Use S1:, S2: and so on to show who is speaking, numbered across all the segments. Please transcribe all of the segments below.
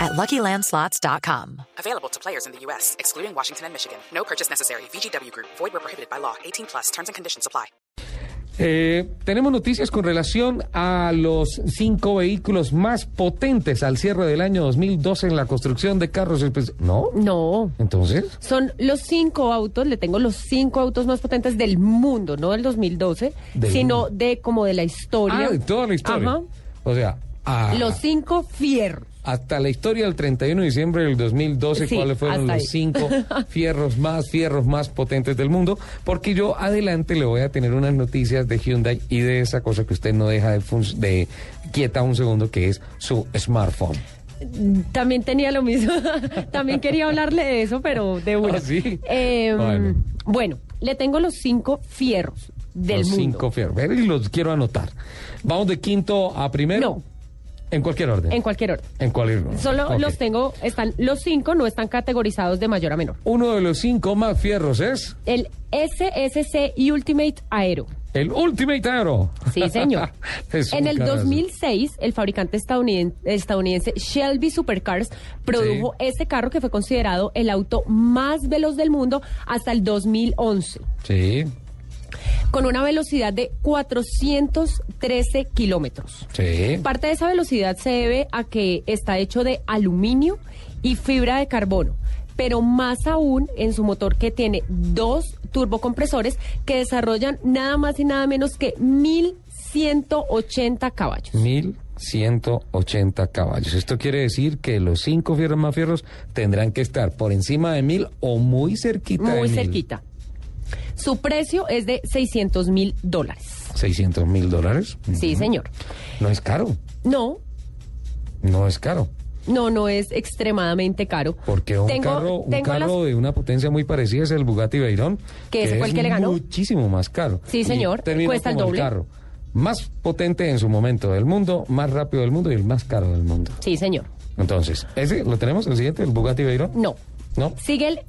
S1: at luckylandslots.com.
S2: Available to players in the U.S., excluding Washington and Michigan. No purchase necessary. VGW Group, void were prohibited by law. 18 plus terms and conditions apply.
S3: Eh, tenemos noticias con relación a los cinco vehículos más potentes al cierre del año 2012 en la construcción de carros. espe- ¿No?
S4: No.
S3: Entonces,
S4: Son los cinco autos, le tengo los cinco autos más potentes del mundo, no del 2012,
S3: Del
S4: sino
S3: mundo.
S4: de como de la historia.
S3: ah, de toda la historia. Ah.
S4: Ajá.
S3: O sea, a-
S4: Los cinco fierros.
S3: hasta la historia del 31 de diciembre del 2012,
S4: Sí,
S3: cuáles fueron
S4: hasta
S3: los
S4: ahí.
S3: cinco fierros más, fierros más potentes del mundo, porque yo adelante le voy a tener unas noticias de Hyundai y de esa cosa que usted no deja de, func- de quieta un segundo, que es su smartphone.
S4: También tenía lo mismo. También quería hablarle de eso, pero de una.
S3: Ah, sí.
S4: Eh,
S3: Bueno.
S4: bueno. le tengo los cinco fierros del
S3: los
S4: mundo.
S3: cinco fierros. Y los quiero anotar. Vamos de quinto a primero.
S4: No.
S3: En cualquier orden.
S4: En cualquier orden.
S3: En cualquier orden.
S4: Solo
S3: Ok.
S4: los tengo, están, los cinco no están categorizados de mayor a menor.
S3: Uno de los cinco más fierros es
S4: El SSC Ultimate Aero.
S3: el Ultimate Aero.
S4: Sí, señor.
S3: Es
S4: en
S3: un
S4: el
S3: carazo.
S4: 2006, el fabricante estadouniden- estadounidense Shelby Supercars produjo
S3: Sí.
S4: ese carro que fue considerado el auto más veloz del mundo hasta el 2011,
S3: Sí,
S4: con una velocidad de 413 kilómetros.
S3: sí.
S4: Parte de esa velocidad se debe a que está hecho de aluminio y fibra de carbono, pero más aún en su motor que tiene dos turbocompresores que desarrollan nada más y nada menos que 1180 caballos.
S3: 1180 caballos. Esto quiere decir que los cinco fierros más fierros tendrán que estar por encima de mil o muy cerquita de
S4: Muy
S3: mil.
S4: cerquita. Su precio es de 600 mil dólares.
S3: 600 mil dólares.
S4: Sí,
S3: Ujú.
S4: señor.
S3: No es caro.
S4: No,
S3: No es caro.
S4: no, no es extremadamente caro.
S3: Porque un
S4: Tengo-
S3: carro, un
S4: tengo
S3: carro
S4: las-
S3: de una potencia muy parecida es el Bugatti Veyron,
S4: Que ese fue el que le ganó.
S3: muchísimo más caro.
S4: Sí,
S3: Y
S4: señor,
S3: termina
S4: cuesta el
S3: como
S4: doble.
S3: carro más potente en su momento del mundo, más rápido del mundo y el más caro del mundo.
S4: Sí, señor.
S3: Entonces, ese lo tenemos el siguiente, el Bugatti Veyron.
S4: No.
S3: No.
S4: Sigue el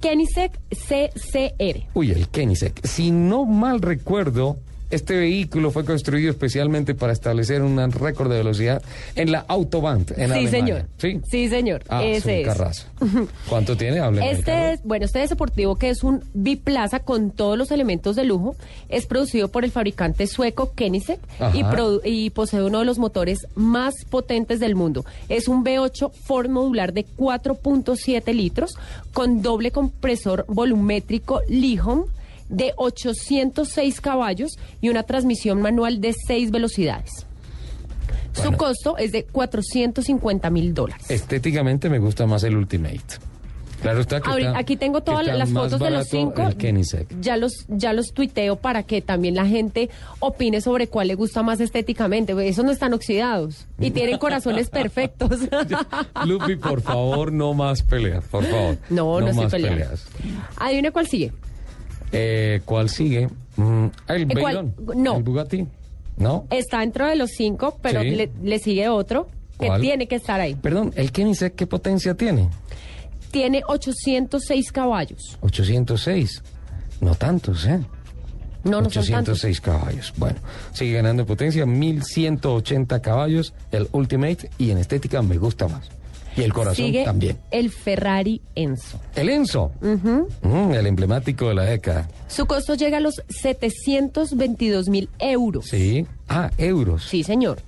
S4: Kenisec CCR.
S3: Uy, el Koenigsegg. Si no mal recuerdo, este vehículo fue construido especialmente para establecer un récord de velocidad en la autobahn en
S4: sí,
S3: Alemania.
S4: señor.
S3: Sí.
S4: señor.
S3: Ah, es un
S4: Ese es.
S3: carrazo. ¿Cuánto tiene? Hábleme del carro.
S4: Este es, bueno, este es deportivo que es un biplaza con todos los elementos de lujo. Es producido por el fabricante sueco Kenisek y,
S3: Ajá.
S4: produ- y posee uno de los motores más potentes del mundo. Es un V8 Ford modular de 4.7 litros con doble compresor volumétrico Lihom de 806 caballos y una transmisión manual de 6 velocidades.
S3: Bueno.
S4: Su costo es de 450 mil dólares.
S3: Estéticamente me gusta más el Ultimate. Claro está que
S4: Ahorita-
S3: está-
S4: aquí tengo
S3: que
S4: todas
S3: está
S4: las
S3: más
S4: fotos de los
S3: barato
S4: cinco.
S3: El Koenigsegg.
S4: Ya los, ya los tuiteo para que también la gente opine sobre cuál le gusta más estéticamente. porque Esos no están oxidados y tienen corazones perfectos.
S3: Lupi, por favor, no más peleas, por favor.
S4: No, no, estoy
S3: más
S4: peleando.
S3: peleas.
S4: Adivina cuál sigue.
S3: Eh, ¿Cuál sigue? Mm, el
S4: Eh, ¿cuál?
S3: Veyron.
S4: No.
S3: El Bugatti. No.
S4: Está dentro de los cinco, pero
S3: Sí.
S4: le, le sigue otro que
S3: ¿Cuál?
S4: tiene que estar ahí.
S3: Perdón, el Koenigsegg, ¿qué potencia tiene?
S4: Tiene 806 caballos.
S3: 806. No tantos, ¿eh?
S4: No, no son tantos.
S3: 806 caballos. Bueno, sigue ganando potencia, 1180 caballos, el Ultimate, y en estética me gusta más. Y el corazón
S4: Sigue
S3: también.
S4: el Ferrari Enzo.
S3: El Enzo, Mm, el emblemático de la década.
S4: Su costo llega a los 722 mil euros.
S3: Sí. Ah, euros.
S4: Sí, señor.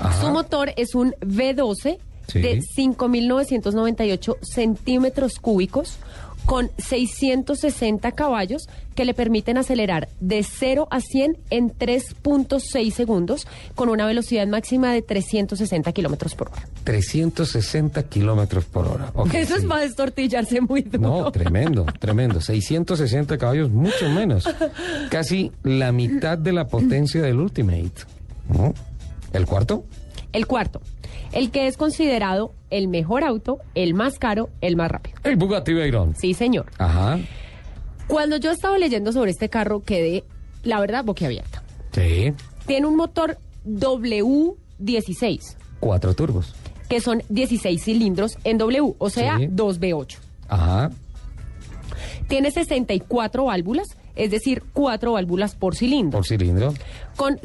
S3: Ajá.
S4: Su motor es un V12
S3: Sí.
S4: de 5.998 centímetros cúbicos con 660 caballos que le permiten acelerar de 0 a 100 en 3.6 segundos con una velocidad máxima de 360 kilómetros por hora.
S3: 360 kilómetros por hora. Ok,
S4: Eso es
S3: sí.
S4: para destortillarse muy duro.
S3: No, tremendo, tremendo. 660 caballos, mucho menos. Casi la mitad de la potencia del Ultimate. Mm. ¿El cuarto?
S4: El cuarto, el que es considerado el mejor auto, el más caro, el más rápido.
S3: El Bugatti Veyron.
S4: Sí, señor.
S3: Ajá.
S4: Cuando yo estaba leyendo sobre este carro, quedé, la verdad, boquiabierta.
S3: Sí.
S4: Tiene un motor W16,
S3: Cuatro turbos.
S4: que son 16 cilindros en W, o sea,
S3: Sí.
S4: 2V8.
S3: Ajá.
S4: Tiene 64 válvulas, es decir, 4 válvulas por cilindro.
S3: Por cilindro.
S4: con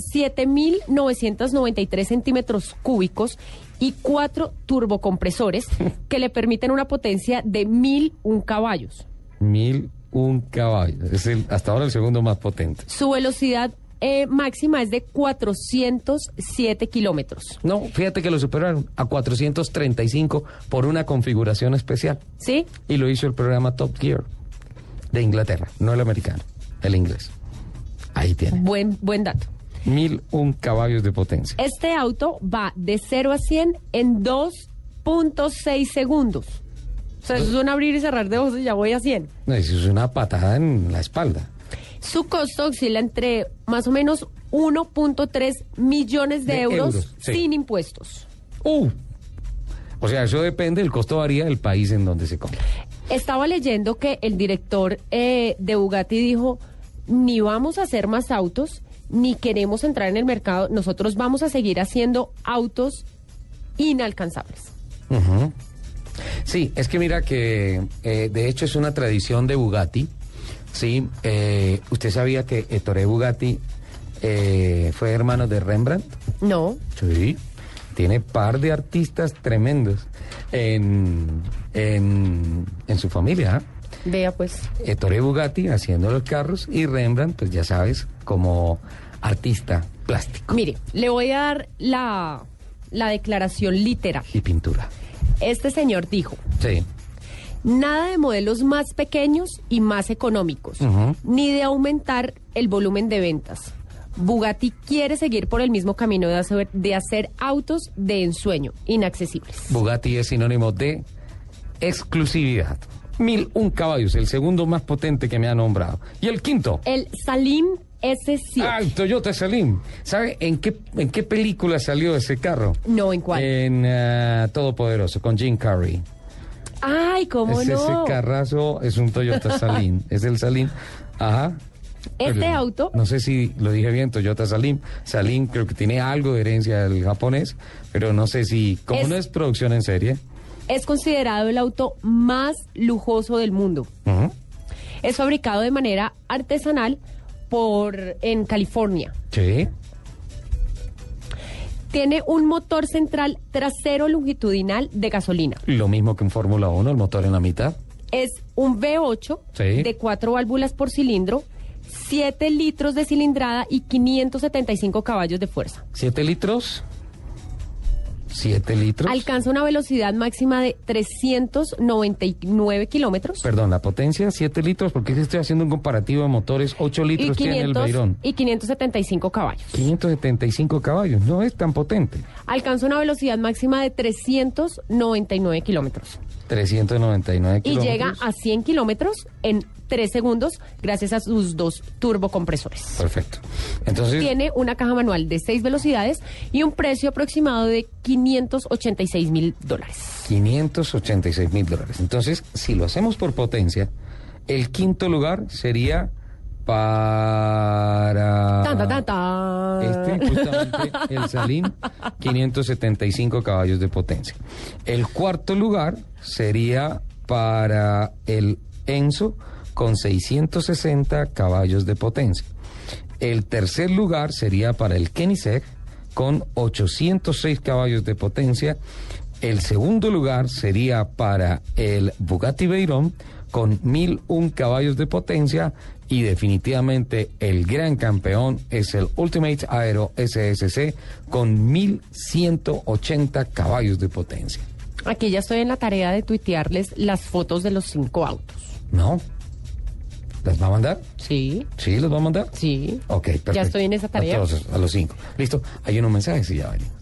S4: 7.993 centímetros cúbicos y cuatro turbocompresores que le permiten una potencia de 1.001 caballos.
S3: Mil un caballo. Es el, hasta ahora el segundo más potente.
S4: Su velocidad eh, máxima es de 407 kilómetros.
S3: No, fíjate que lo superaron a 435 por una configuración especial.
S4: ¿Sí?
S3: Y lo hizo el programa Top Gear de Inglaterra, no el americano, el inglés. Ahí tiene.
S4: Buen, buen dato.
S3: Mil un caballos de potencia.
S4: Este auto va de 0 a 100 en 2.6 segundos. O sea, eso es un abrir y cerrar de ojos y ya voy a 100.
S3: No, eso es una patada en la espalda.
S4: Su costo oscila entre más o menos 1.3 millones de,
S3: De
S4: euros,
S3: euros, sí.
S4: sin impuestos.
S3: ¡Uh! O sea, eso depende, el costo varía del país en donde se compra.
S4: Estaba leyendo que el director eh, de Bugatti dijo, ni vamos a hacer más autos, ni queremos entrar en el mercado, nosotros vamos a seguir haciendo autos inalcanzables.
S3: Ujú. Sí, es que mira que eh, de hecho es una tradición de Bugatti. Sí, Eh, usted sabía que Ettore Bugatti eh, fue hermano de Rembrandt.
S4: No,
S3: Sí. Tiene par de artistas tremendos en, en, en su familia. ¿ah?
S4: vea pues.
S3: Ettore Bugatti haciendo los carros y Rembrandt, pues ya sabes, como artista plástico
S4: Mire, le voy a dar la, la declaración literal.
S3: y pintura.
S4: Este señor dijo,
S3: Sí.
S4: Nada de modelos más pequeños y más económicos,
S3: Ujú.
S4: ni de aumentar el volumen de ventas. Bugatti quiere seguir por el mismo camino de hacer, de hacer autos de ensueño, inaccesibles.
S3: Bugatti es sinónimo de exclusividad. Mil un caballos, el segundo más potente que me ha nombrado. Y el quinto,
S4: El Salim S100.
S3: ah, el Toyota Salim. ¿Sabe en qué, en qué película salió ese carro?
S4: No, ¿en cuál?
S3: En ah, Todopoderoso, con Jim Carrey.
S4: Ay, cómo
S3: es Ese
S4: no.
S3: carrazo es un Toyota Salim. es el Salim. Ajá.
S4: Este
S3: Pero,
S4: auto-
S3: No sé si lo dije bien, Toyota Salim. Salim creo que tiene algo de herencia del japonés, pero no sé si. Como
S4: Es-
S3: no es producción en serie.
S4: Es considerado el auto más lujoso del mundo.
S3: Ujú.
S4: Es fabricado de manera artesanal por en California.
S3: Sí.
S4: Tiene un motor central trasero longitudinal de gasolina.
S3: Lo mismo que en Fórmula 1, el motor en la mitad.
S4: Es un V8
S3: Sí.
S4: de cuatro válvulas por cilindro, 7 litros de cilindrada y 575 caballos de fuerza.
S3: ¿Siete litros? ¿Siete litros?
S4: Alcanza una velocidad máxima de 399 kilómetros
S3: Perdón, la potencia, siete litros, porque es que estoy haciendo un comparativo de motores. Ocho
S4: y,
S3: litros tiene el
S4: 500
S3: Beirón.
S4: y 575 caballos.
S3: 575 caballos, no es tan potente.
S4: Alcanza una velocidad máxima de 399 kilómetros
S3: 399
S4: y llega
S3: kilómetros.
S4: a 100 kilómetros en 3 segundos gracias a sus dos turbocompresores.
S3: Perfecto. Entonces,
S4: Tiene una caja manual de 6 velocidades y un precio aproximado de 586 mil dólares.
S3: 586 mil dólares. Entonces, si lo hacemos por potencia, el quinto lugar sería para...
S4: Tan, tan, tan, tan.
S3: Este,
S4: pues,
S3: justamente el Salim, 575 caballos de potencia. El cuarto lugar sería para el Enzo con 660 caballos de potencia. El tercer lugar sería para el Koenigsegg con 806 caballos de potencia. El segundo lugar sería para el Bugatti Veyron con 1001 caballos de potencia y definitivamente el gran campeón es el Ultimate Aero SSC con 1180 caballos de potencia.
S4: Aquí ya estoy en la tarea de tuitearles las fotos de los cinco autos.
S3: ¿No? ¿Las va a mandar?
S4: Sí,
S3: ¿Sí las va a mandar?
S4: sí.
S3: Ok, perfecto.
S4: Ya estoy en esa tarea.
S3: Entonces, a los cinco. Listo, hay unos mensajes y ya venimos.